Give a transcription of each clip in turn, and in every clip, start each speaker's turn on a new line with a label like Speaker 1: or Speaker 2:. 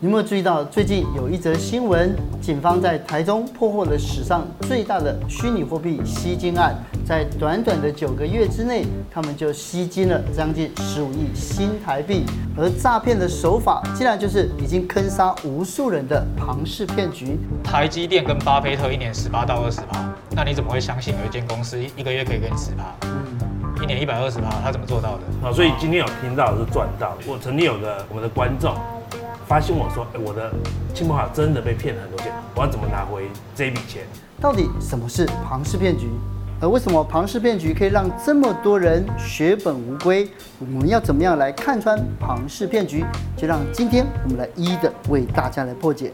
Speaker 1: 有没有注意到最近有一则新闻，警方在台中破获了史上最大的虚拟货币吸金案，在短短的九个月之内，他们就吸金了将近十五亿新台币。而诈骗的手法，竟然就是已经坑杀无数人的庞氏骗局。
Speaker 2: 台积电跟巴菲特一年十八到二十趴，那你怎么会相信有一间公司一个月可以给你十趴，一年一百二十趴，他怎么做到的？
Speaker 3: 啊，所以今天有听到是赚到。我曾经有个我们的观众发信我说，哎、我的亲朋好友真的被骗了很多钱，我要怎么拿回这笔钱？
Speaker 1: 到底什么是庞氏骗局？而为什么庞氏骗局可以让这么多人血本无归？我们要怎么样来看穿庞氏骗局？就让今天我们来一一的为大家来破解。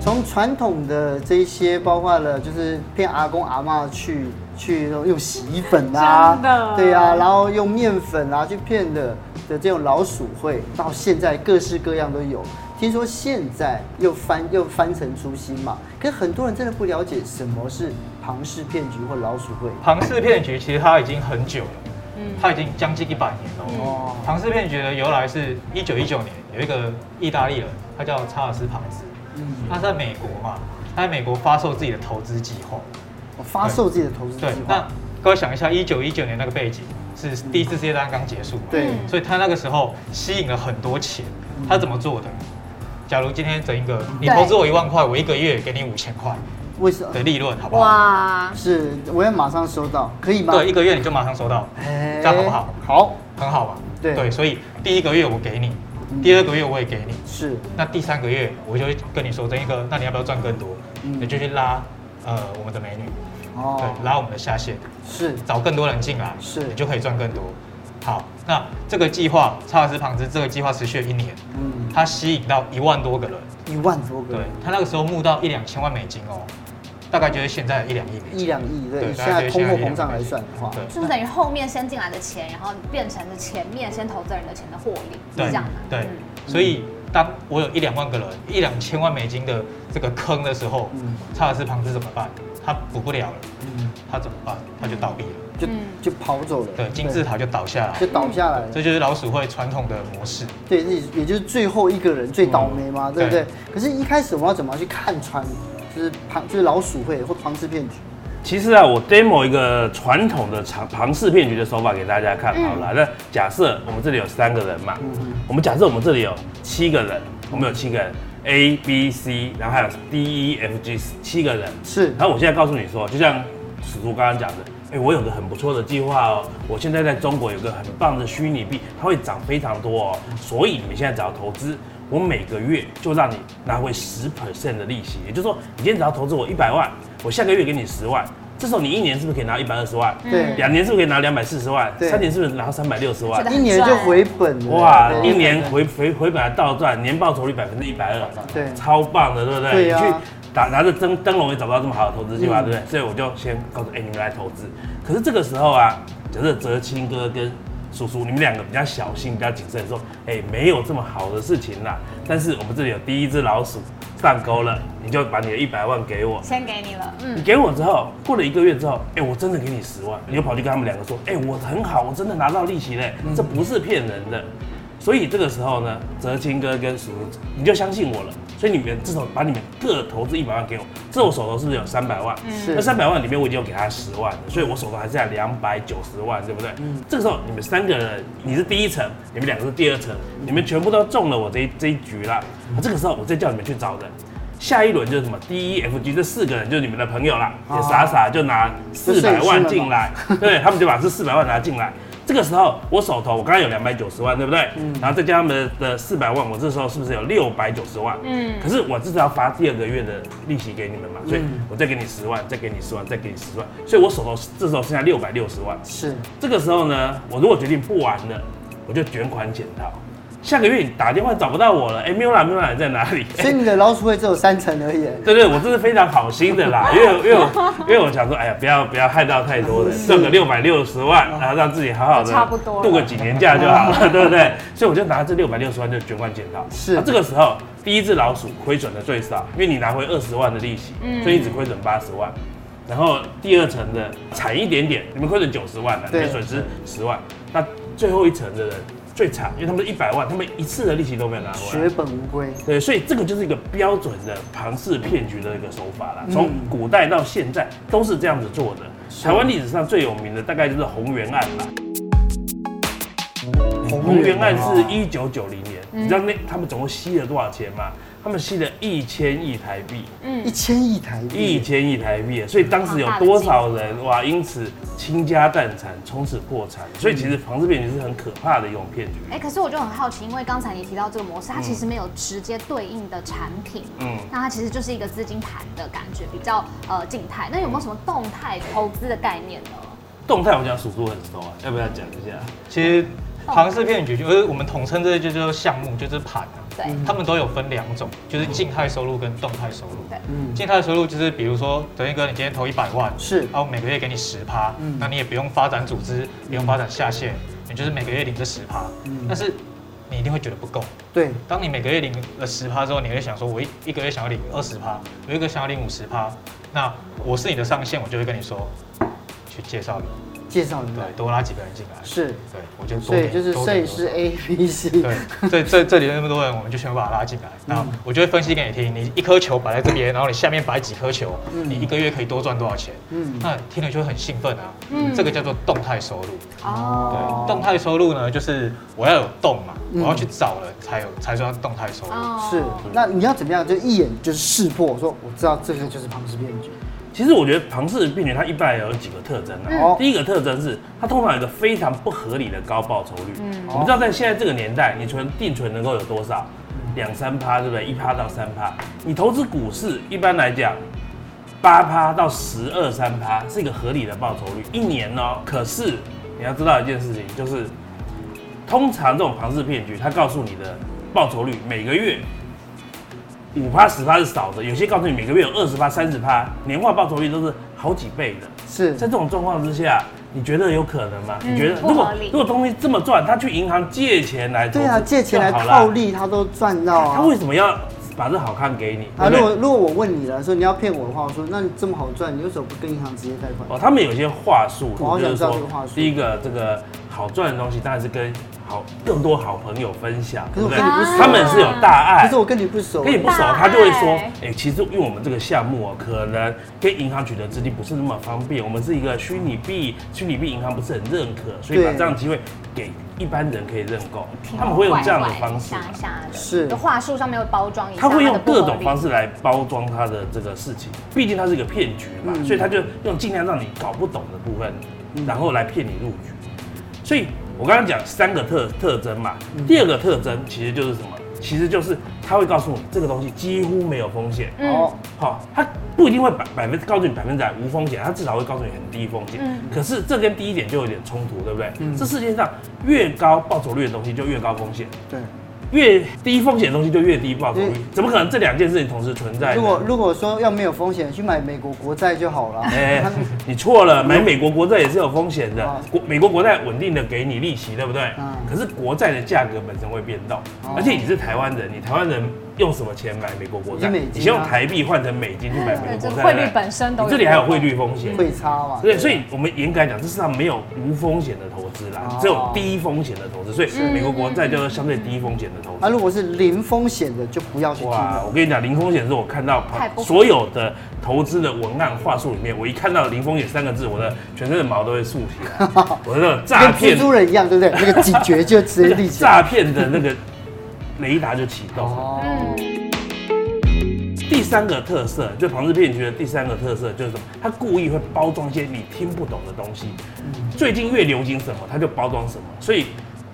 Speaker 1: 从传统的这一些，包括了就是骗阿公阿嬷去去用洗衣粉啊
Speaker 4: 真，的
Speaker 1: 对啊，然后用面粉啊去骗的的这种老鼠会，到现在各式各样都有。听说现在又翻又翻成初心嘛，可是很多人真的不了解什么是庞氏骗局或老鼠会。
Speaker 2: 庞氏骗局其实它已经很久了，
Speaker 1: 嗯
Speaker 2: 它已经将近一百年了。
Speaker 1: 哦，
Speaker 2: 庞氏骗局的由来是一九一九年有一个意大利人，他叫查尔斯庞斯，
Speaker 1: 嗯，
Speaker 2: 他在美国嘛，他在美国发售自己的投资计划。
Speaker 1: 我发售自己的投资计
Speaker 2: 对，那
Speaker 1: 划，
Speaker 2: 各位想一下，一九一九年那个背景是第一次世界大战刚结束嘛，
Speaker 1: 对
Speaker 4: 嗯
Speaker 2: 所以他那个时候吸引了很多钱
Speaker 1: 嗯。
Speaker 2: 他怎么做的？假如今天整一个，你
Speaker 4: 对
Speaker 2: 投资我一万块，我一个月给你五千块
Speaker 1: 为什么？
Speaker 2: 的利润，好不好？
Speaker 4: 哇，
Speaker 1: 是我要马上收到，可以吗？
Speaker 2: 对，一个月你就马上收到，
Speaker 1: 哎
Speaker 2: 这样好不好？
Speaker 1: 好，
Speaker 2: 很好吧？
Speaker 1: 对嗯
Speaker 2: 所以第一个月我给你，第二个月我也给你，
Speaker 1: 是
Speaker 2: 那第三个月我就会跟你说，整一个，那你要不要赚更多？
Speaker 1: 嗯
Speaker 2: 你就去拉呃我们的美女，
Speaker 1: 哦，
Speaker 2: 对，拉我们的下线，
Speaker 1: 是
Speaker 2: 找更多人进来，
Speaker 1: 是
Speaker 2: 你就可以赚更多。好，那这个计划查尔斯庞兹这个计划持续了一年，
Speaker 1: 嗯，
Speaker 2: 他吸引到一万多个人，
Speaker 1: 一万多个
Speaker 2: 对
Speaker 1: 人，
Speaker 2: 他那个时候募到一两千万美金哦，大概就是现在的一两亿美金，
Speaker 1: 一两亿，对，以
Speaker 2: 大
Speaker 1: 现
Speaker 2: 概
Speaker 1: 在
Speaker 2: 就
Speaker 1: 通
Speaker 2: 是
Speaker 1: 货
Speaker 2: 现在
Speaker 1: 膨胀来
Speaker 2: 一两亿
Speaker 1: 算的话，
Speaker 2: 对
Speaker 4: 就是等于后面先进来的钱，然后变成了前面先投资人的钱的获利，是
Speaker 2: 对
Speaker 4: 这样吗？
Speaker 2: 对
Speaker 4: 嗯，
Speaker 2: 所以当我有一两万个人、一两千万美金的这个坑的时候
Speaker 1: 嗯，
Speaker 2: 查尔斯庞兹怎么办？他补不了了，
Speaker 1: 嗯，
Speaker 2: 他怎么办？他就倒闭了，
Speaker 1: 就
Speaker 4: 嗯
Speaker 1: 就跑走了，
Speaker 2: 对，金字塔就倒下来
Speaker 1: 就。倒下来了。
Speaker 2: 这就是老鼠会传统的模式。
Speaker 1: 对，也也就是最后一个人最倒霉嘛，
Speaker 2: 嗯
Speaker 1: 对不对？可是，一开始我们要怎么样去看穿，就是庞就是老鼠会或庞氏骗局？
Speaker 3: 其实啊，我 demo 一个传统的庞庞氏骗局的手法给大家看好了。那假设我们这里有三个人嘛，我们假设我们这里有七个人，我们有七个人，A、B、C，然后还有 D、E、F、G 七个人。
Speaker 1: 是
Speaker 3: 然后我现在告诉你说，就像史叔刚刚讲的，哎、我有个很不错的计划哦，我现在在中国有个很棒的虚拟币，它会涨非常多哦，所以你们现在只要投资。我每个月就让你拿回十 percent 的利息，也就是说，你今天只要投资我一百万，我下个月给你十万，这时候你一年是不是可以拿一百二十万？
Speaker 1: 对，
Speaker 3: 两年是不是可以拿两百四十万？
Speaker 1: 对
Speaker 3: 三年是不是拿三百六十万
Speaker 4: 是的？
Speaker 1: 一年就回本了，
Speaker 3: 哇，
Speaker 1: 对
Speaker 3: 一年回回回本来倒赚，年报酬率百分之一百二，
Speaker 1: 对
Speaker 3: 超棒的，对不对？
Speaker 1: 对啊
Speaker 3: 你去打拿着灯灯笼也找不到这么好的投资计划，
Speaker 1: 嗯
Speaker 3: 对不对？所以我就先告诉哎、你们来投资。可是这个时候啊，假设哲青哥跟叔叔你们两个比较小心、比较谨慎，说哎、没有这么好的事情啦。但是我们这里有第一只老鼠上钩了，你就把你的一百万给我。
Speaker 4: 先给你了，
Speaker 3: 你
Speaker 4: 嗯，
Speaker 3: 给我之后，过了一个月之后，哎、我真的给你十万，你就跑去跟他们两个说，哎、我很好，我真的拿到利息嘞，这不是骗人的。所以这个时候呢，哲青哥跟叔叔，你就相信我了。所以你们至少把你们各投资一百万给我，这我手头是不是有三百万？
Speaker 1: 是
Speaker 3: 那三百万里面我已经有给他十万了，所以我手头还剩下两百九十万，对不对？这个时候你们三个人，你是第一层，你们两个是第二层，你们全部都中了我这一这一局啦。啊这个时候我再叫你们去找人。下一轮就是什么 D E F G 这四个人就是你们的朋友啦，
Speaker 1: 哦
Speaker 3: 也傻傻就拿四百万进来，对他们就把这四百万拿进来。这个时候我手头我刚刚有两百九十万，对不对？然后再加他们的四百万，我这时候是不是有六百九十万？嗯，可是我至少要发第二个月的利息给你们嘛，所以我再给你十万，再给你十万，再给你十万，所以我手头这时候剩下六百六十万。
Speaker 1: 是
Speaker 3: 这个时候呢，我如果决定不玩了，我就卷款潜逃。下个月你打电话找不到我了，哎、没有啦，没有啦，你在哪里？
Speaker 1: 所以你的老鼠会只有三层而已。
Speaker 3: 对对，我这是非常好心的 啦，因为因为我因为我想说，哎呀，不要不要害到太多人，赚个六百六十万，然后让自己好好的
Speaker 4: 嗯差不多了
Speaker 3: 度个几年假就好 了，对不对？所以我就拿这六百六十万就卷款捡到。
Speaker 1: 是
Speaker 3: 那这个时候第一只老鼠亏损的最少，因为你拿回二十万的利息，
Speaker 4: 嗯
Speaker 3: 所以你只亏损八十万。然后第二层的惨一点点，你们亏损九十万了，你
Speaker 1: 对
Speaker 3: 们损失十万。那最后一层的人最惨，因为他们一百万，他们一次的利息都没有拿回
Speaker 1: 血
Speaker 3: 来。
Speaker 1: 本无归。
Speaker 3: 对，所以这个就是一个标准的庞氏骗局的一个手法啦，从古代到现在都嗯是这样子做的。台湾历史上最有名的大概就是红原案吧。红原案是一九九零年，你知道那他们总共吸了多少钱吗？他们吸了一千亿台币。
Speaker 4: 嗯
Speaker 1: 一千亿台
Speaker 3: 一
Speaker 1: 币，
Speaker 3: 千亿嗯台币，所以当时有多少人哇？因此倾家荡产，从此破产。所以其实庞氏骗局是很可怕的一种骗局。
Speaker 4: 哎、可是我就很好奇，因为刚才你提到这个模式，它其实没有直接对应的产品，
Speaker 3: 嗯
Speaker 4: 嗯，那它其实就是一个资金盘的感觉，比较呃静态。那有没有什么动态投资的概念呢？
Speaker 3: 动态我讲叔叔很熟啊，要不要讲一下？
Speaker 2: 其实庞氏骗局就是我们统称这就叫做项目，就是盘啊。
Speaker 4: 对，
Speaker 1: 嗯
Speaker 2: 他们都有分两种，就是静态收入跟动态收入。
Speaker 4: 对
Speaker 1: 嗯
Speaker 2: 静态收入就是比如说，德一哥，你今天投一百万，
Speaker 1: 是
Speaker 2: 然后每个月给你十趴
Speaker 1: 嗯，
Speaker 2: 那你也不用发展组织，不用发展下线，你就是每个月领这十趴
Speaker 1: 嗯。
Speaker 2: 但是你一定会觉得不够。
Speaker 1: 对，
Speaker 2: 当你每个月领了十趴之后，你会想说，我一一个月想要领二十趴，有一个想要领五十趴，那我是你的上线，我就会跟你说，去介绍你，
Speaker 1: 介绍人
Speaker 2: 对
Speaker 1: 来，
Speaker 2: 多拉几个人进来，
Speaker 1: 嗯是，
Speaker 2: 对，我就多
Speaker 1: 所
Speaker 2: 给
Speaker 1: 以就是
Speaker 2: 多
Speaker 1: 摄
Speaker 2: 给
Speaker 1: 影
Speaker 2: 多
Speaker 1: 师
Speaker 2: 少
Speaker 1: A、B、C，
Speaker 2: 对，所以这这里那么多人，我们就全部把他拉进来。
Speaker 1: 嗯
Speaker 2: 那我就会分析给你听，你一颗球摆在这边，然后你下面摆几颗球，
Speaker 1: 嗯
Speaker 2: 你一个月可以多赚多少钱？
Speaker 1: 嗯，
Speaker 2: 那听了就会很兴奋啊。
Speaker 4: 嗯
Speaker 2: 这个叫做动态收入。
Speaker 4: 哦，
Speaker 2: 动态收入呢，就是我要有动嘛，
Speaker 1: 嗯哦
Speaker 2: 我要去找了才有才算动态收入。
Speaker 4: 哦
Speaker 1: 是。那你要怎么样？就一眼就是识破，说我知道这个就是庞氏骗局。
Speaker 3: 其实我觉得庞氏骗局它一般有几个特征啊。
Speaker 1: 嗯
Speaker 3: 第一个特征是它通常有一个非常不合理的高报酬率。
Speaker 4: 嗯
Speaker 3: 我们知道在现在这个年代，你存定存能够有多少？两三趴，对不对？一趴到三趴。你投资股市一般来讲，八趴到十二三趴是一个合理的报酬率，一年哦。可是你要知道一件事情，就是通常这种庞氏骗局，它告诉你的报酬率每个月五趴十趴是少的，有些告诉你每个月有二十趴、三十趴，年化报酬率都是好几倍的。
Speaker 1: 是
Speaker 3: 在这种状况之下，你觉得有可能吗？
Speaker 4: 嗯
Speaker 3: 你觉得
Speaker 4: 不
Speaker 3: 如果
Speaker 4: 合理
Speaker 3: 如果东西这么赚，他去银行借钱来投
Speaker 1: 对
Speaker 3: 资
Speaker 1: 啊，借钱来
Speaker 3: 就好啦
Speaker 1: 套，利他都赚到
Speaker 3: 他
Speaker 1: 啊。
Speaker 3: 为什么要把这好看给你？
Speaker 1: 啊，如
Speaker 3: 对不
Speaker 1: 果
Speaker 3: 对？
Speaker 1: 如果我问你了，说你要骗我的话，我说那你这么好赚，你为什么不跟银行直接贷款？
Speaker 3: 哦，他们有些话术
Speaker 1: 我好，
Speaker 3: 就
Speaker 1: 想
Speaker 3: 是
Speaker 1: 知道
Speaker 3: 说
Speaker 1: 这个话术，
Speaker 3: 第一个这个好赚的东西当然是跟好更多好朋友分享，
Speaker 1: 可
Speaker 3: 对
Speaker 1: 是
Speaker 3: 不
Speaker 1: 我
Speaker 3: 对
Speaker 1: 跟你不熟？
Speaker 3: 他们是有大爱
Speaker 1: 可是，我跟你不熟
Speaker 3: 跟，你不熟
Speaker 4: 大，爱
Speaker 3: 他就会说，哎、其实因为我们这个项目哦，可能跟银行取得资金不是那么方便，我们是一个虚拟币，虚拟币银行不是很认可，所以
Speaker 1: 对
Speaker 3: 把这样的机会给一般人可以认购，
Speaker 4: 挺
Speaker 3: 他们会用这样的方式
Speaker 4: 坏。坏一下一下的，
Speaker 1: 是
Speaker 4: 就话术上面会包装一下，
Speaker 3: 他会用各种方
Speaker 4: 式，
Speaker 3: 式来包装他的这个事情，毕竟它是一个骗局嘛，
Speaker 1: 嗯
Speaker 3: 所以他就用尽量让你搞不懂的部分，然后来骗你入局。所以我刚刚讲三个特特征嘛，第二个特征其实就是什么？其实就是他会告诉你这个东西几乎没有风险，
Speaker 1: 哦，
Speaker 3: 好、它不一定会百百分告诉你百分之百无风险，它至少会告诉你很低风险。
Speaker 4: 嗯
Speaker 3: 可是这跟第一点就有点冲突，对不对？这世界上越高报酬率的东西就越高风险，
Speaker 1: 对。
Speaker 3: 越低风险的东西就越低报酬率
Speaker 1: 嗯，
Speaker 3: 怎么可能这两件事情同时存在呢？
Speaker 1: 如果如果说要没有风险，去买美国国债就好了。
Speaker 3: 哎、
Speaker 1: 他们
Speaker 3: 你错了，买美国国债也是有风险的
Speaker 1: 哦。
Speaker 3: 国美国国债稳定的给你利息，对不对？
Speaker 1: 嗯
Speaker 3: 可是国债的价格本身会变动，
Speaker 1: 哦
Speaker 3: 而且你是台湾人，你台湾人用什么钱买美国国债？
Speaker 1: 你是美金啊
Speaker 3: 你先用台币换成美金去买美国
Speaker 4: 对，这
Speaker 3: 国
Speaker 4: 个
Speaker 3: 债，
Speaker 4: 汇
Speaker 3: 对
Speaker 4: 率
Speaker 3: 不对
Speaker 4: 本身都
Speaker 3: 你这里还有汇率风险。
Speaker 1: 会差嘛？
Speaker 3: 对，所以我们严格来讲，这是上没有无风险的投资啦
Speaker 1: 哦，
Speaker 3: 只有低风险的投资。所
Speaker 4: 嗯
Speaker 3: 以美国国债就是相对低风险的投
Speaker 1: 啊，
Speaker 3: 资。
Speaker 1: 如果是零风险的，就不要去听
Speaker 3: 哇，
Speaker 1: 了。
Speaker 3: 我跟你讲，零风险是我看到
Speaker 4: 太不
Speaker 3: 所有的投资的文案话术里面，我一看到零风险三个字，我的全身的毛都会竖起 来，我的那种诈
Speaker 1: 跟
Speaker 3: 骗
Speaker 1: 蜘蛛人一样，对不对？那个警觉就直接立起来。
Speaker 3: 诈骗的那个雷达就启动了。
Speaker 1: 哦，
Speaker 4: 嗯，
Speaker 3: 第三个特色，就庞氏骗局的第三个特色就是什么？他故意会包装一些你听不懂的东西。
Speaker 1: 嗯
Speaker 3: 最近越流行什么，他就包装什么。所以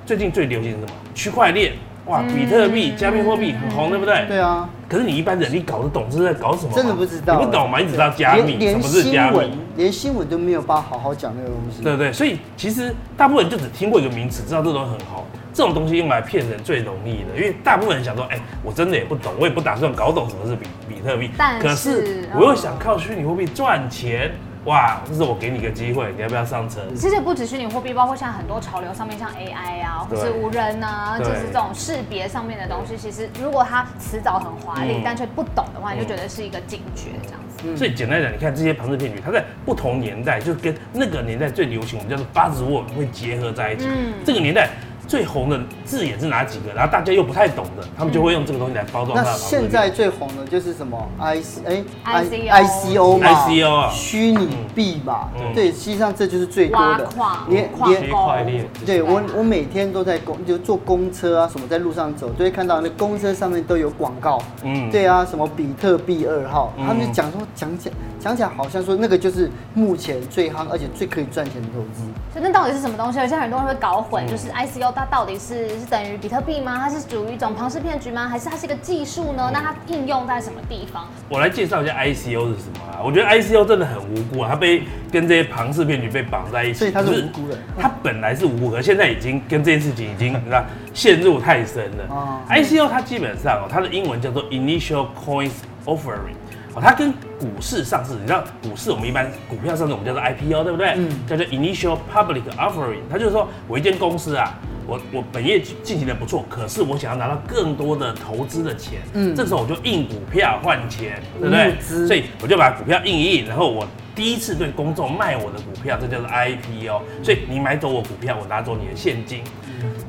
Speaker 3: 最近最流行什么？区块链，哇，比特币、加密货币很红，对不对？
Speaker 1: 嗯对啊，
Speaker 3: 可是你一般人，你搞得懂这是在搞什么吗？
Speaker 1: 真的不知道
Speaker 3: 你不懂嘛？你只知道加密，
Speaker 1: 连连
Speaker 3: 什么是加
Speaker 1: 新
Speaker 3: 密
Speaker 1: 闻？，连新闻都没有办法好好讲那个东西。
Speaker 3: 对不对？所以其实大部分人就只听过一个名词，知道这种很好。这种东西用来骗人最容易的，因为大部分人想说，哎、我真的也不懂，我也不打算搞懂什么是比比特币，
Speaker 4: 但
Speaker 3: 可
Speaker 4: 是嗯
Speaker 3: 是我又想靠虚拟货币赚钱，哇，这是我给你一个机会，你要不要上车？
Speaker 4: 其实不只虚拟货币，包括现在很多潮流上面，像 AI 啊，或
Speaker 3: 对
Speaker 4: 是无人啊，
Speaker 3: 对
Speaker 4: 就是这种识别上面的东西，其实如果它迟早很华丽
Speaker 3: 嗯，
Speaker 4: 但却不懂的话，
Speaker 3: 嗯
Speaker 4: 你就觉得是一个警觉这样子。
Speaker 3: 所以简单讲，你看这些庞氏骗局，它在不同年代，就是跟那个年代最流行，我们叫做八字握会结合在一起。
Speaker 4: 嗯
Speaker 3: 这个年代最红的字眼是哪几个？然后大家又不太懂的，他们就会用这个东西来包装
Speaker 1: 那
Speaker 3: 它的庞氏
Speaker 1: 现
Speaker 3: 骗
Speaker 1: 在
Speaker 3: 局。
Speaker 1: 最红的就是什么 I C 哎
Speaker 4: ICO
Speaker 1: I C O 嘛
Speaker 3: ICO 啊
Speaker 1: 虚拟币嘛，
Speaker 3: 嗯
Speaker 1: 对，实际上这就是最多
Speaker 4: 挖
Speaker 1: 的
Speaker 4: 矿，
Speaker 1: 连
Speaker 4: 矿
Speaker 1: 连
Speaker 2: 区块链，
Speaker 1: 对我，我每天都在公，就坐公车啊，什么在路上走，都会看到那公车上面都有广告。
Speaker 3: 嗯
Speaker 1: 对啊，什么比特币二号，
Speaker 3: 嗯
Speaker 1: 他们就讲说讲讲讲起来，好像说那个就是目前最夯，而且最可以赚钱的投资。
Speaker 4: 所以那到底是什么东西？而且很多人会搞混，就是 ICO 它到底是是等于比特币吗？它是属于一种庞氏骗局吗？还是它是一个技术呢？那它应用在什么地方？
Speaker 3: 我来介绍一下 ICO 是什么啊？我觉得 ICO 真的很无辜啊，它被跟这些庞氏骗局被绑在一起，
Speaker 1: 所以它是
Speaker 3: 可
Speaker 1: 无辜的
Speaker 3: 它本来是无辜，可现在已经跟这件事情已经你知道陷入太深
Speaker 1: 哦
Speaker 3: 了。ICO 它基本上哦，它的英文叫做 Initial Coins Offering。哦，它跟股市上市，你知道股市我们一般股票上市我们叫做 IPO，对不对？
Speaker 1: 嗯
Speaker 3: 叫做 Initial Public Offering，它就是说我一间公司啊，我我本业进行的不错，可是我想要拿到更多的投资的钱，
Speaker 1: 嗯
Speaker 3: 嗯，这时候我就印股票换钱，对不对
Speaker 1: 募？资
Speaker 3: 所以我就把股票印一印，然后我第一次对公众卖我的股票，这叫做 IPO。所以你买走我股票，我拿走你的现金。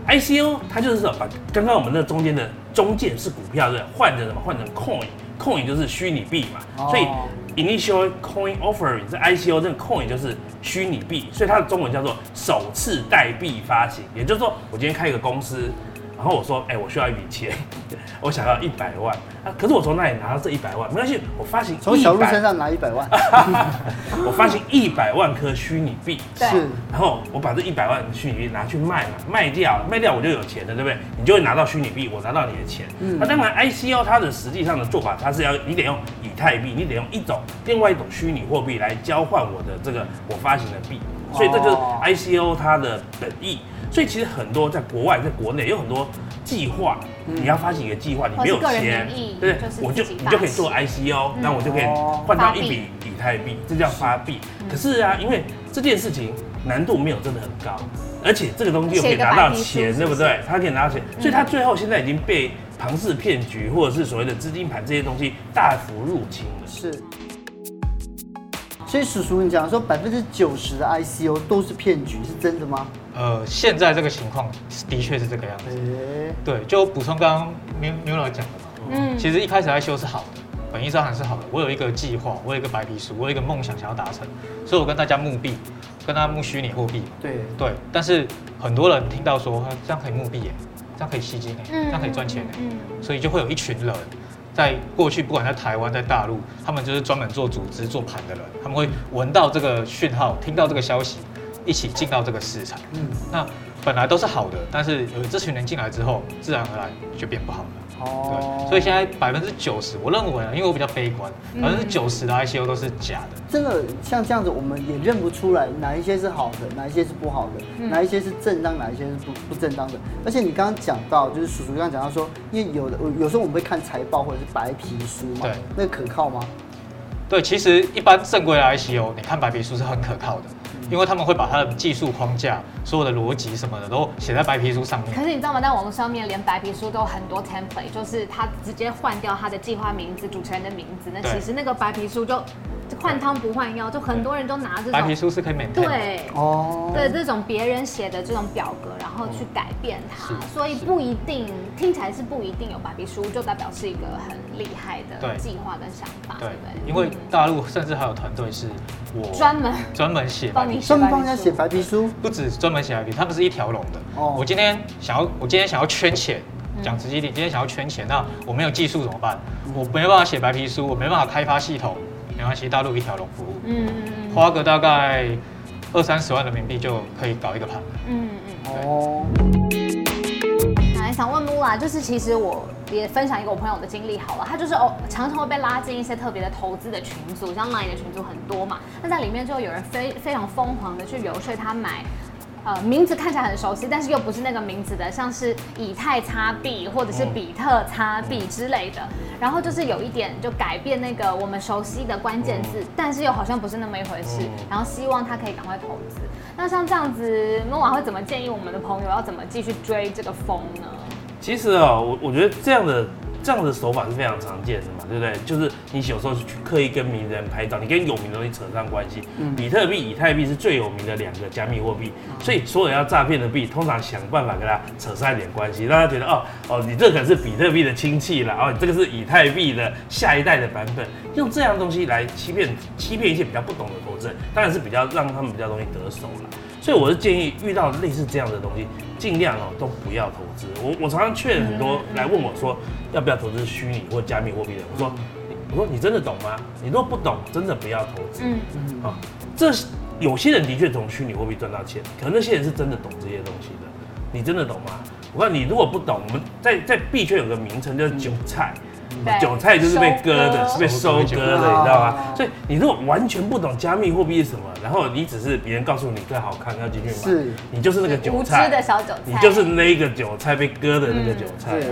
Speaker 3: ICO
Speaker 1: 嗯
Speaker 3: 它就是说把刚刚我们那中间的中介是股票对不对，换成什么？换成 coin，coin 就是虚拟币
Speaker 1: 哦
Speaker 3: 嘛。所以 initial coin offering 这 ICO 这个 coin 就是虚拟币，所以它的中文叫做首次代币发行。也就是说，我今天开一个公司，然后我说，哎、我需要一笔钱，我想要一百万啊，可是我从哪里拿到这一百万？没关系，我发行
Speaker 1: 从小鹿
Speaker 3: 100
Speaker 1: 身上拿一百 万，
Speaker 3: 我发行一百万颗虚拟 币，
Speaker 4: 对
Speaker 1: 是
Speaker 3: 然后我把这一百万虚拟币拿去卖嘛，卖掉，卖掉我就有钱了，对不对？你就会拿到虚拟币，我拿到你的钱。
Speaker 1: 嗯
Speaker 3: 那当然，ICO 它的实际上的做法，它是要你得用以太币，你得用一种另外一种虚拟货币来交换我的这个我发行的币，所以这就是
Speaker 1: 哦
Speaker 3: ICO 它的本意。所以其实很多在国外、在国内有很多计划，你要发行一个计划，你没有
Speaker 4: 嗯或是个人
Speaker 3: 钱
Speaker 4: 名义，
Speaker 3: 对不
Speaker 4: 就
Speaker 3: 对
Speaker 4: 是，
Speaker 3: 我就
Speaker 4: 自己
Speaker 3: 你
Speaker 4: 发
Speaker 3: 就可以
Speaker 4: 行嗯
Speaker 3: 做 ICO，那我就可以
Speaker 1: 哦
Speaker 3: 换到
Speaker 4: 发
Speaker 3: 一
Speaker 4: 币嗯
Speaker 3: 笔以太币，这叫发币。可是啊，因为这件事情难度没有真的很高，而且这个东西又可以拿到
Speaker 4: 写一个白皮
Speaker 3: 钱，
Speaker 4: 书
Speaker 3: 对不对？他可以拿到钱，所以
Speaker 4: 嗯
Speaker 3: 他最后现在已经被庞氏骗局或者是所谓的资金盘这些东西大幅入侵了。
Speaker 1: 是。所以叔叔，你讲说百分之九十的 ICO 都是骗局，是真的吗？
Speaker 2: 呃，现在这个情况的确是这个样子。
Speaker 1: 哎，
Speaker 2: 对，就补充刚刚牛牛老师讲的嘛，
Speaker 4: 嗯，
Speaker 2: 其实一开始来修是好的，本意上还是好的。我有一个计划，我有一个白皮书，我有一个梦想想要达成，所以我跟大家募币，跟大家募虚拟货币嘛。
Speaker 1: 对，
Speaker 2: 对，但是很多人听到说啊这样可以募币耶，这样可以吸金耶，这样可以赚钱耶，欸
Speaker 4: 嗯，
Speaker 2: 所以就会有一群人，在过去不管在台湾在大陆，他们就是专门做组织做盘的人，他们会闻到这个讯号，听到这个消息，一起进到这个市场。
Speaker 1: 嗯，
Speaker 2: 那本来都是好的，但是有这群人进来之后，自然而然就变不好了。
Speaker 1: 哦
Speaker 2: 对，，所以现在百分之九十，我认为啊，因为我比较悲观，
Speaker 4: 嗯
Speaker 2: 百分之九十的 ICO 都是假的。
Speaker 1: 真的像这样子，我们也认不出来哪一些是好的，哪一些是不好的，
Speaker 4: 嗯
Speaker 1: 哪一些是正当，哪一些是不不正当的。而且你刚刚讲到，就是叔叔刚刚讲到说，因为有的有时候我们会看财报或者是白皮书嘛
Speaker 2: 对，
Speaker 1: 那可靠吗？
Speaker 2: 对，其实一般正规的 ICO，你看白皮书是很可靠的，
Speaker 4: 嗯
Speaker 2: 因为他们会把它的技术框架、所有的逻辑什么的都写在白皮书上面
Speaker 4: 可。是你知道吗？在网络上面，连白皮书都有很多 template，就是他直接换掉他的计划名字、主持人的名字，那
Speaker 2: 对
Speaker 4: 其实那个白皮书就就换汤不换药，就很多人都拿这
Speaker 2: 白皮
Speaker 4: 种
Speaker 2: 书是可以 maintain 的。
Speaker 4: 对。
Speaker 1: 哦，
Speaker 4: 对这种别人写的这种表格，然后去改变它，
Speaker 2: 是
Speaker 4: 所以不一定听起来是不一定有白皮书就代表是一个很厉害的
Speaker 2: 对
Speaker 4: 计划跟想法，对
Speaker 2: 对
Speaker 4: 不对？
Speaker 2: 因为
Speaker 4: 嗯
Speaker 2: 大陆甚至还有团队是我
Speaker 4: 专门
Speaker 2: 专门写白
Speaker 4: 帮
Speaker 2: 皮
Speaker 4: 你
Speaker 2: 书，
Speaker 1: 专门帮人家写白皮书，
Speaker 2: 不止专门写白皮，它们是一条龙的。
Speaker 1: 哦
Speaker 2: 我今天想要，我今天想要圈钱
Speaker 4: 嗯，
Speaker 2: 讲直接一点，今天想要圈钱，那我没有技术怎么办？
Speaker 1: 嗯
Speaker 2: 我没办法写白皮书，我没办法开发系统，没关系，大陆一条龙服务，
Speaker 4: 嗯嗯嗯
Speaker 2: 花个大概二三十万人民币就可以搞一个盘。
Speaker 4: 嗯嗯
Speaker 1: 哦，
Speaker 4: 嗯。来，想问木啦，就是其实我也分享一个我朋友的经历好了，他就是哦常常会被拉进一些特别的投资的群组，像 Line 的群组很多嘛，那在里面就有人非非常疯狂的去游说他买。呃，名字看起来很熟悉，但是又不是那个名字的，像是以太擦币或者是比特擦币之类的。然后就是有一点就改变那个我们熟悉的关键字，但是又好像不是那么一回
Speaker 3: 嗯
Speaker 4: 事。然后希望他可以赶快投资。那像这样子，莫娃会怎么建议我们的朋友要怎么继续追这个风呢？
Speaker 3: 其实啊、我我觉得这样的这样的手法是非常常见的嘛，对不对？就是你有时候去刻意跟名人拍照，你跟有名的东西扯上关系。比特币、以太币是最有名的两个加密货币，所以所有要诈骗的币，通常想办法跟它扯上一点关系，让他觉得哦哦，你这可是比特币的亲戚啦，哦，你这个是以太币的下一代的版本，用这样的东西来欺骗欺骗一些比较不懂的投资人，当然是比较让他们比较容易得手了。所以我是建议遇到类似这样的东西，尽量哦都不要投资。我我常常劝很多来问我说要不要投资虚拟或加密货币的人，我说你我说你真的懂吗？你如果不懂，真的不要投资。
Speaker 4: 嗯，
Speaker 3: 啊，这是有些人的确从虚拟货币赚到钱，可能那些人是真的懂这些东西的。你真的懂吗？我告诉你，你如果不懂，我们在在币圈有个名称叫韭菜，
Speaker 4: 对
Speaker 3: 韭菜就是被割的，
Speaker 4: 收
Speaker 3: 是
Speaker 4: 割
Speaker 3: 被收割的，
Speaker 1: 哦
Speaker 3: 你知道吗？所以你如果完全不懂加密货币是什么，然后你只是别人告诉你更好看要进去买
Speaker 1: 是，
Speaker 3: 你就是那个
Speaker 4: 无
Speaker 3: 韭
Speaker 4: 知
Speaker 3: 菜
Speaker 4: 的，小韭菜，
Speaker 3: 你就是那个韭菜被割的那个韭菜、
Speaker 1: 嗯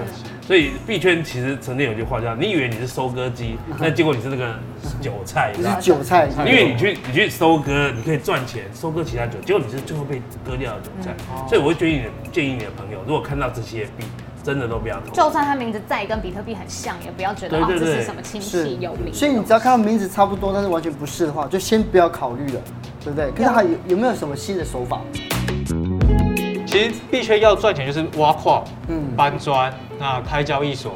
Speaker 3: 所以币圈其实曾经有句话叫“你以为你是收割机，那结果你是那个韭菜”，你
Speaker 1: 就
Speaker 3: 知道
Speaker 1: 是
Speaker 3: 吗？
Speaker 1: 韭菜，
Speaker 3: 因为你去你去收割，你可以赚钱，收割其他韭，结果你是最后被割掉的韭菜，
Speaker 1: 嗯哦
Speaker 3: 所以我会建议你建议你的朋友，如果看到这些币，真的都不要投
Speaker 4: 就。算它名字再跟比特币很像，也不要觉得
Speaker 3: 对
Speaker 4: 哦
Speaker 3: 对
Speaker 4: 这
Speaker 3: 对
Speaker 4: 是什么亲戚有名。
Speaker 1: 所以你只要看到名字差不多，但是完全不是的话，就先不要考虑了，对不对？可是还有有没有什么新的手法？
Speaker 2: 其实币圈要赚钱就是挖矿、
Speaker 1: 嗯
Speaker 2: 搬砖、那开交易所、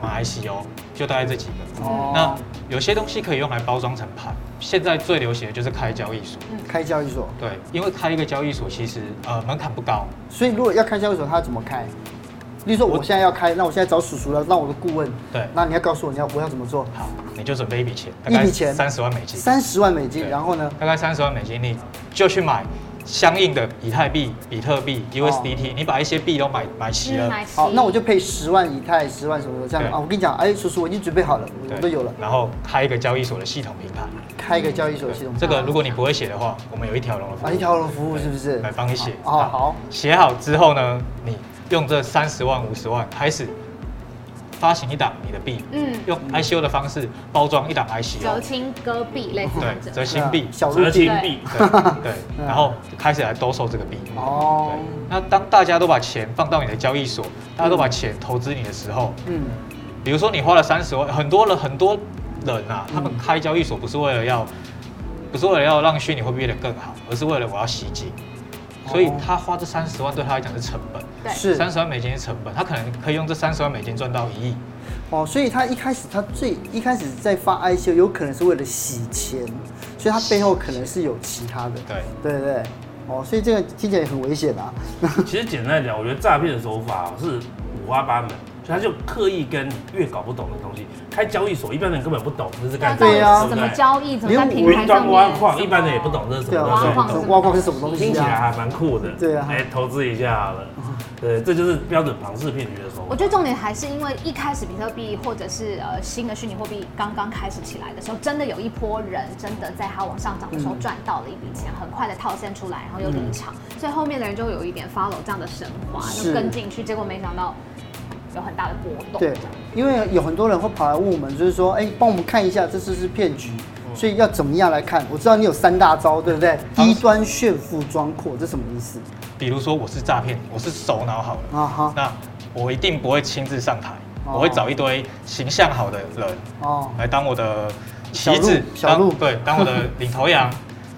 Speaker 2: 买 ICO，就大概这几个。
Speaker 1: 哦
Speaker 2: 那有些东西可以用来包装成盘，现在最流行的就是开交易所。
Speaker 1: 开交易所，
Speaker 2: 对，因为开一个交易所其实呃门槛不高，
Speaker 1: 所以如果要开交易所，它怎么开？例如说我现在要开，那我现在找叔叔了，让我的顾问，
Speaker 2: 对
Speaker 1: 那你要告诉我你要我要怎么做？
Speaker 2: 好，你就准备一笔钱，大
Speaker 1: 一
Speaker 2: 概
Speaker 1: 笔钱
Speaker 2: 三十万美金，
Speaker 1: 三十万美金，
Speaker 2: 对
Speaker 1: 然后呢？
Speaker 2: 大概三十万美金，你就去买相应的以太币、比特币、USDT，你把
Speaker 1: 哦
Speaker 2: 一些币都买买齐
Speaker 4: 嗯
Speaker 2: 了，
Speaker 4: 买
Speaker 1: 好，
Speaker 4: 齐
Speaker 1: 那我就配十万以太，十万什么什么这样
Speaker 2: 对
Speaker 1: 啊？我跟你讲，哎，叔叔，我已经准备好了，我
Speaker 2: 对
Speaker 1: 我都有了，
Speaker 2: 然后开一个交易所的系统平台。
Speaker 1: 开一个交易所系统，
Speaker 2: 这个如果你不会写的话，我们有一条龙的服
Speaker 1: 嗯
Speaker 2: 务
Speaker 1: 啊，一条龙服务是不是？
Speaker 2: 来帮你写。
Speaker 1: 哦，好，
Speaker 2: 写好之后呢，你用这三十万、五十万开始发行一档你的币，
Speaker 4: 嗯
Speaker 2: 用 ICO 的方式包装一档 ICO，
Speaker 4: 折青戈壁类似
Speaker 2: 对，
Speaker 4: 这
Speaker 2: 折
Speaker 4: 种，
Speaker 2: 新币，
Speaker 1: 小
Speaker 3: 折
Speaker 1: 路
Speaker 3: 新
Speaker 1: 径，
Speaker 3: 币，
Speaker 2: 对，对，然后开始来兜售这个币。对
Speaker 1: 啊哦，，
Speaker 2: 那当大家都把钱放到你的交易所，大家都把钱投资你的时候，
Speaker 1: 嗯，
Speaker 2: 比如说你花了三十万，很多人很多人啊，
Speaker 1: 嗯
Speaker 2: 他们开交易所不是为了要，不是为了要让虚拟货币变得更好，而是为了我要吸金，所以
Speaker 1: 哦
Speaker 2: 他花这三十万对他来讲是成本，
Speaker 4: 对
Speaker 1: 是
Speaker 2: 三十万美金是成本，他可能可以用这三十万美金赚到一亿，
Speaker 1: 哦，所以他一开始他最一开始在发 ICO，有可能是为了洗钱，所以他背后可能是有其他的，
Speaker 2: 对
Speaker 1: 对对对，哦，所以这个听起来也很危险啊，
Speaker 3: 其实简单来讲，我觉得诈骗的手法是五花八门，所以他就刻意跟你越搞不懂的东西开交易所，一般人根本不懂这是干什
Speaker 1: 对啊
Speaker 3: 么，
Speaker 4: 怎么交易，怎么在平
Speaker 3: 云
Speaker 4: 台
Speaker 3: 端
Speaker 4: 上面，
Speaker 3: 挖矿，一般人也不懂这是什
Speaker 1: 对
Speaker 3: 么
Speaker 1: 啊，
Speaker 3: 东西，
Speaker 4: 挖矿
Speaker 1: 挖矿是什么东
Speaker 3: 听
Speaker 1: 西
Speaker 3: 起来
Speaker 1: 啊？
Speaker 3: 还蛮酷的，
Speaker 1: 对啊嗯
Speaker 3: 哎，投资一下好了，对，这就是标准庞氏骗局的手
Speaker 4: 我
Speaker 3: 法。
Speaker 4: 觉得重点还是因为一开始比特币或者是呃新的虚拟货币刚刚开始起来的时候，真的有一波人真的在它往上涨的时候赚到了一笔钱，很快的套现出来，然后又离场，所以后面的人就有一点 follow 这样的神话，
Speaker 1: 是
Speaker 4: 就跟进去，结果没想到有很大的波动。
Speaker 1: 对，因为有很多人会跑来问我们，就是说，哎，帮我们看一下这是不是骗局，
Speaker 2: 嗯
Speaker 1: 所以要怎么样来看？我知道你有三大招，对不对？
Speaker 2: 方
Speaker 1: 低端炫富装阔，这什么意思？
Speaker 2: 比如说我是诈骗，我是首脑好了，
Speaker 1: 啊哈，
Speaker 2: 那我一定不会亲自上台，
Speaker 1: 哦
Speaker 2: 我会找一堆形象好的人，
Speaker 1: 哦，
Speaker 2: 来当我的
Speaker 1: 小
Speaker 2: 旗
Speaker 1: 鹿
Speaker 2: 帜，
Speaker 1: 小
Speaker 2: 当
Speaker 1: 鹿
Speaker 2: 对，当 我的领头羊。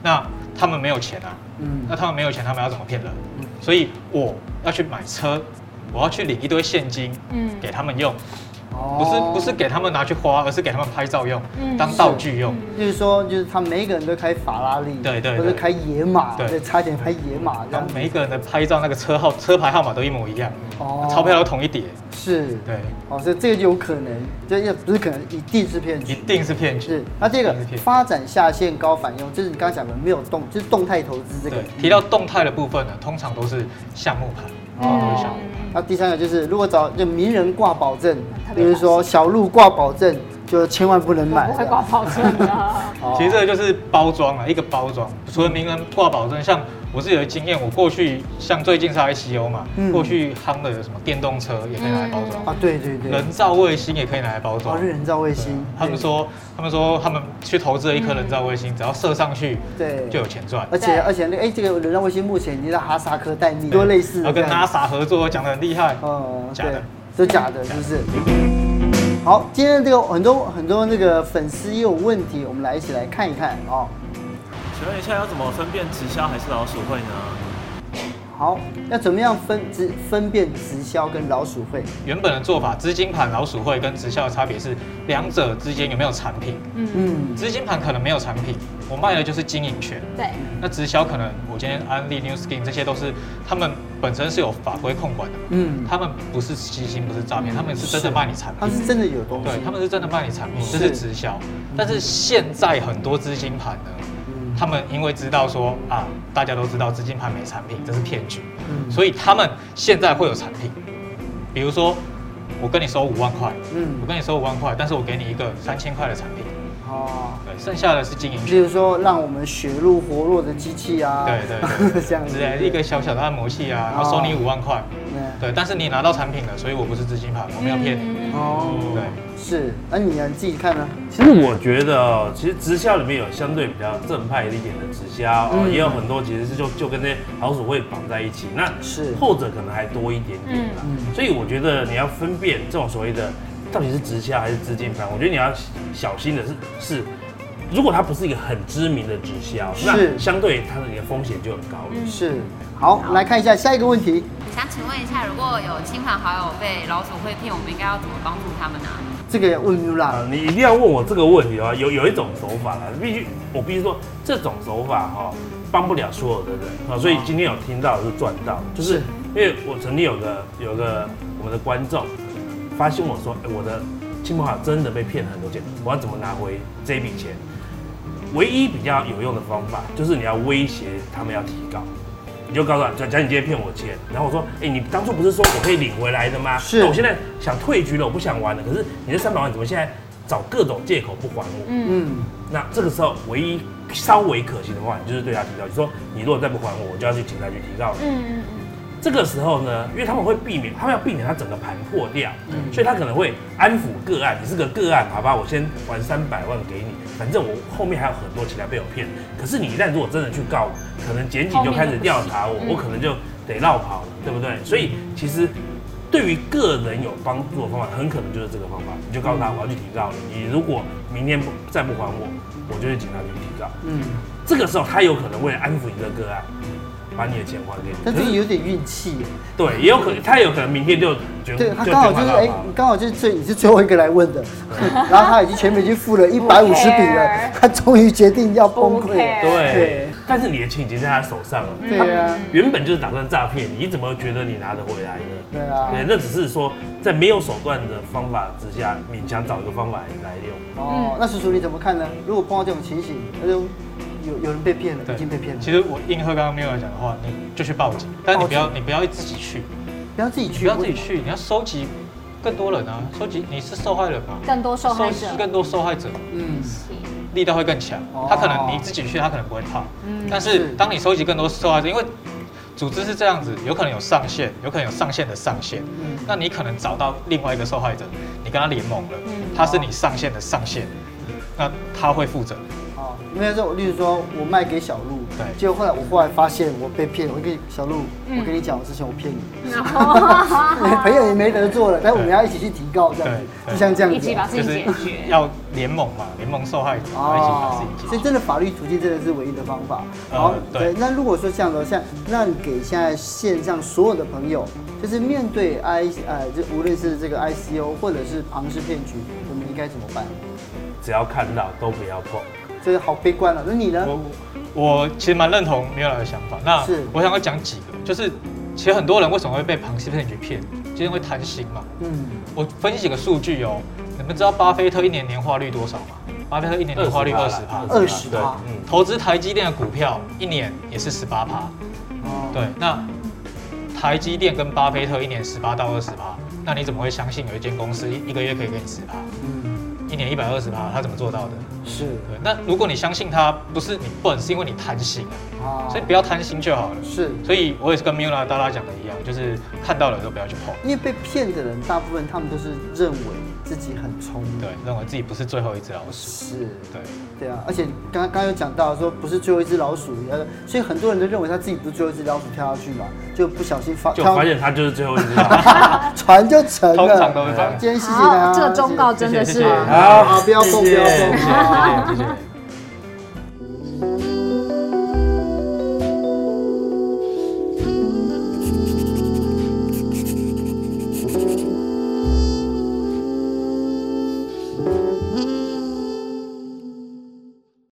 Speaker 2: 那他们没有钱啊，
Speaker 1: 嗯，
Speaker 2: 那他们没有钱，他们要怎么骗人？所以我要去买车，我要去领一堆现金，
Speaker 4: 嗯
Speaker 2: 给他们用， 不是
Speaker 1: 哦
Speaker 2: 不是，给他们拿去花，而是给他们拍照用，
Speaker 4: 嗯
Speaker 2: 当道具用。
Speaker 1: 就是说，就是他每一个人都开法拉利，
Speaker 2: 对对对
Speaker 1: 或者开野马，
Speaker 2: 对
Speaker 1: 对，差点开野马这
Speaker 2: 然
Speaker 1: 样
Speaker 2: 后，每一个人的拍照那个车号、车牌号码都一模一样，
Speaker 1: 哦
Speaker 2: 钞票都同一叠，
Speaker 1: 是，
Speaker 2: 对，
Speaker 1: 哦，所以这个就有可能，这也不是可能，一定是骗
Speaker 2: 一
Speaker 1: 局。
Speaker 2: 定是骗局。
Speaker 1: 是，那这个
Speaker 2: 一定是骗局
Speaker 1: 发展下线高反用，就是你刚刚讲的没有动，就是动态投资这个嗯
Speaker 2: 对。，提到动态的部分呢，通常都是项目盘，
Speaker 4: 嗯
Speaker 2: 都是项目盘。
Speaker 1: 嗯那第三个就是，如果找就名人挂保证，
Speaker 4: 特别
Speaker 1: 比如说小鹿挂保证，就千万不能
Speaker 4: 我
Speaker 1: 买
Speaker 4: 不。会挂保嗯证的。
Speaker 1: 哦
Speaker 2: 其实这个就是包装啊，一个包装。除了名人挂保证，像我自己的经验，我过去像最近是 ICO 嘛，
Speaker 1: 嗯
Speaker 2: 过去夯的有什么电动车也可以拿来包装，
Speaker 1: 啊，对对对
Speaker 2: 人，造卫星也可以拿来包
Speaker 1: 哦，
Speaker 2: 装。
Speaker 1: 日人造卫
Speaker 2: 对
Speaker 1: 星，
Speaker 2: 他们
Speaker 1: 对，
Speaker 2: 说，他们说他们去投资了一颗人造卫星，只要射上去
Speaker 1: 嗯对，
Speaker 2: 就有钱赚。
Speaker 1: 而且
Speaker 4: 对
Speaker 1: 而且那个哎，这个人造卫星目前已经在哈萨克待命，多类似
Speaker 2: 然
Speaker 1: 的
Speaker 2: 后
Speaker 1: 这
Speaker 2: 哦跟
Speaker 1: 样。
Speaker 2: NASA 合作，讲得很厉害。
Speaker 1: 哦，
Speaker 2: 假的
Speaker 1: 对，都假的，是不是？好，今天这个很多很多那个粉丝也有问题，我们来一起来看一看哦。
Speaker 5: 请问一下，要怎么分辨直销还是老鼠会呢？
Speaker 1: 好，要怎么样分直分辨直销跟老鼠会？
Speaker 2: 原本的做法，资金盘、老鼠会跟直销的差别是两者之间有没有产品。
Speaker 1: 嗯，
Speaker 2: 资金盘可能没有产品，我卖的就是经营权。
Speaker 4: 对，
Speaker 2: 那直销可能我今天安利 New Skin 这些都是他们本身是有法规控管的嘛，
Speaker 1: 嗯
Speaker 2: 他们不是吸金，不是诈骗，他们是真的卖你产
Speaker 1: 它嗯
Speaker 2: 品，
Speaker 1: 是真的有东西。
Speaker 2: 对，他们是真的卖你产品，这
Speaker 1: 是
Speaker 2: 是直销。但是现在很多资金盘
Speaker 1: 嗯
Speaker 2: 呢，他们因为知道说啊，大家都知道资金盘没产品，这是骗局，
Speaker 1: 嗯
Speaker 2: 所以他们现在会有产品，比如说我跟你收五万块，
Speaker 1: 嗯
Speaker 2: 我跟你收五万块，但是我给你一个三千块的产品，
Speaker 1: 哦，
Speaker 2: 对，剩下的是经营权
Speaker 1: 比。如说让我们血路活络的机器啊，
Speaker 2: 对对 对，
Speaker 1: 这样子
Speaker 2: 之类的一个小小的按摩器啊，然后收你五万块，
Speaker 1: 嗯
Speaker 2: 对，但是你拿到产品了，所以我不是资金盘，我没有骗你，
Speaker 4: 嗯
Speaker 1: 哦，
Speaker 2: 对
Speaker 1: 是，那你呢？你自己看呢？
Speaker 3: 其实我觉得哦，其实直销里面有相对比较正派一点的直销，哦
Speaker 1: 嗯
Speaker 3: 也有很多其实是就就跟那些老鼠会绑在一起。那
Speaker 1: 是嗯
Speaker 3: 后者可能还多一点点啦。所以我觉得你要分辨这种所谓的到底是直销还是资金盘，我觉得你要小心的是是。如果它不是一个很知名的直销，那
Speaker 1: 是
Speaker 3: 相对它的你的风险就很高了。
Speaker 1: 是，好，我们来看一下下一个问题。
Speaker 6: 想请问一下，如果有亲朋好友被老鼠会骗，我们应该要怎么帮助他们呢、
Speaker 1: 这个要问 u
Speaker 3: 啊
Speaker 1: a，
Speaker 3: 你一定要问我这个问题哦。有有一种手法啦，必须我必须说这种手法哈、帮不了所有的人啊、所以今天有听到是赚到，就是
Speaker 1: 是
Speaker 3: 因为我曾经有个有个我们的观众发现我说，哎、我的亲朋好友真的被骗了很多钱，我要怎么拿回这笔钱？唯一比较有用的方法就是你要威胁他们要提高。你就告诉他，假假如你今天骗我钱，然后我说，哎、你当初不是说我可以领回来的吗？
Speaker 1: 是
Speaker 3: 那我现在想退局了，我不想玩了。可是你这三百万怎么现在找各种借口不还我？
Speaker 1: 嗯，
Speaker 3: 那这个时候唯一稍微可行的话，你就是对他提告，你说你如果再不还我，我就要去警察局提告你。
Speaker 4: 嗯嗯
Speaker 3: 这个时候呢，因为他们会避免，他们要避免他整个盘破掉，所以他可能会安抚个案，你是个个案，好吧，我先还三百万给你，反正我后面还有很多其他被我骗。可是你一旦如果真的去告，可能检警就开始调查我，嗯我可能就得绕跑了，对不对？所以其实。对于个人有帮助的方法，很可能就是这个方法。你就告诉他，我要去提告你。你如果明天不再不还我，我就去警察局提告。
Speaker 1: 嗯，
Speaker 3: 这个时候，他有可能为了安抚你这个个案，把你的钱还给你。
Speaker 1: 但这
Speaker 3: 可
Speaker 1: 个
Speaker 3: 是
Speaker 1: 有点运气耶，
Speaker 2: 嗯
Speaker 3: 对，也有可能，他有可能明天就觉
Speaker 1: 对
Speaker 3: 得
Speaker 1: 他刚好就是哎，你刚好就是最你是最后一个来问 的，然后他已经全美已经付了一百五十笔了
Speaker 4: care，
Speaker 1: 他终于决定要崩
Speaker 4: 不
Speaker 1: 溃
Speaker 4: care
Speaker 1: 了。
Speaker 3: 对
Speaker 1: 对，
Speaker 3: 但是你的钱已经在他手上了，
Speaker 1: 对啊，
Speaker 3: 原本就是打算诈骗你，你怎么觉得你拿得回来呢？
Speaker 1: 对啊
Speaker 2: 嗯
Speaker 3: 对，那只是说在没有手段的方法之下，勉强找一个方法来用。
Speaker 1: 哦，那叔叔你怎么看呢？如果碰到这种情形，那就有有人被骗了，已经被骗了，
Speaker 2: 其实我应和刚刚 m i 讲的话，你就去报警，但你不要你不要自己去，
Speaker 1: 不要自己
Speaker 2: 你
Speaker 1: 去，
Speaker 2: 不要自己去，你要收集更多人啊，收集你是受害人嘛，
Speaker 4: 更多受害者
Speaker 2: 收集更多受害者，
Speaker 1: 嗯，
Speaker 2: 力道会更强
Speaker 1: 哦。
Speaker 2: 他可能你自己去，他可能不会怕。但
Speaker 1: 是
Speaker 2: 是当你收集更多受害者，因为组织是这样子，有可能有上限，有可能有上限的上限。那你可能找到另外一个受害者，你跟他联盟了，他是你上限的上限，那他会负责。
Speaker 1: 哦，因为说，例如说我卖给小鹿，
Speaker 2: 对
Speaker 1: 结果后来我后来发现我被骗，我跟小鹿，
Speaker 4: 嗯
Speaker 1: 我跟你讲，我之前我骗你，
Speaker 4: 哦
Speaker 1: 朋友也没得做了，但我们要一起去提告这样子，
Speaker 2: 对
Speaker 1: 就像这样
Speaker 4: 嗯，
Speaker 1: 子，
Speaker 4: 一起把事
Speaker 2: 就
Speaker 4: 情
Speaker 2: 是
Speaker 4: 解决。
Speaker 2: 要联盟嘛，联盟受害者，然后一起把事情
Speaker 1: 哦所
Speaker 2: 解
Speaker 1: 以
Speaker 2: 决。
Speaker 1: 真的法律途径真的是唯一的方法。
Speaker 2: 呃
Speaker 1: 好，
Speaker 2: 对
Speaker 1: 那如果说像楼下，那你给现在线上所有的朋友，就是面对 I 呃，就无论是这个 ICO 或者是庞氏骗局，我们应该怎么办？
Speaker 3: 只要看到都不要碰。
Speaker 1: 这个好悲观了。啊那你呢？
Speaker 2: 我我其实蛮认同 m i 的想法。那
Speaker 1: 是
Speaker 2: 我想要讲几个，就是其实很多人为什么会被庞氏骗局骗，就是因为贪心嘛。
Speaker 1: 嗯，
Speaker 2: 我分析几个数据哦，你们知道巴菲特一年年化率多少吗？巴菲特一年年化率二十趴，
Speaker 1: 二十趴
Speaker 3: 对嗯，
Speaker 2: 投资台积电的股票一年也是十八趴。
Speaker 1: 哦，
Speaker 2: 对，那台积电跟巴菲特一年十八到二十趴，那你怎么会相信有一间公司一个月可以给你十趴？
Speaker 1: 嗯，
Speaker 2: 一一年一百二十趴，他怎么做到的？
Speaker 1: 是
Speaker 2: 对，那如果你相信他，不是你笨，是因为你贪心啊，
Speaker 1: 啊
Speaker 2: 所以不要贪心就好了。
Speaker 1: 是，
Speaker 2: 所以我也是跟 Mila 大大讲的一样，就是看到了都不要去碰，
Speaker 1: 因为被骗的人大部分他们都是认为自己很聪明，
Speaker 2: 对，认为自己不是最后一只老
Speaker 1: 是，
Speaker 2: 鼠，对，
Speaker 1: 对啊，而且刚刚刚有讲到说不是最后一只老鼠，呃，所以很多人都认为他自己不是最后一只老鼠跳下去嘛，就不小心发
Speaker 3: 就
Speaker 1: 跳
Speaker 3: 发现他就是最后一 只了。
Speaker 1: 船就沉
Speaker 2: 通常
Speaker 1: 了。
Speaker 2: 都是这样。
Speaker 1: 今天谢谢大
Speaker 4: 好
Speaker 1: 家，
Speaker 4: 这个忠告
Speaker 2: 谢
Speaker 4: 真
Speaker 2: 谢
Speaker 4: 的
Speaker 2: 谢
Speaker 4: 是
Speaker 2: 谢
Speaker 1: 啊好，不要碰，不要
Speaker 3: 谢谢
Speaker 1: 碰。
Speaker 2: 谢谢谢谢。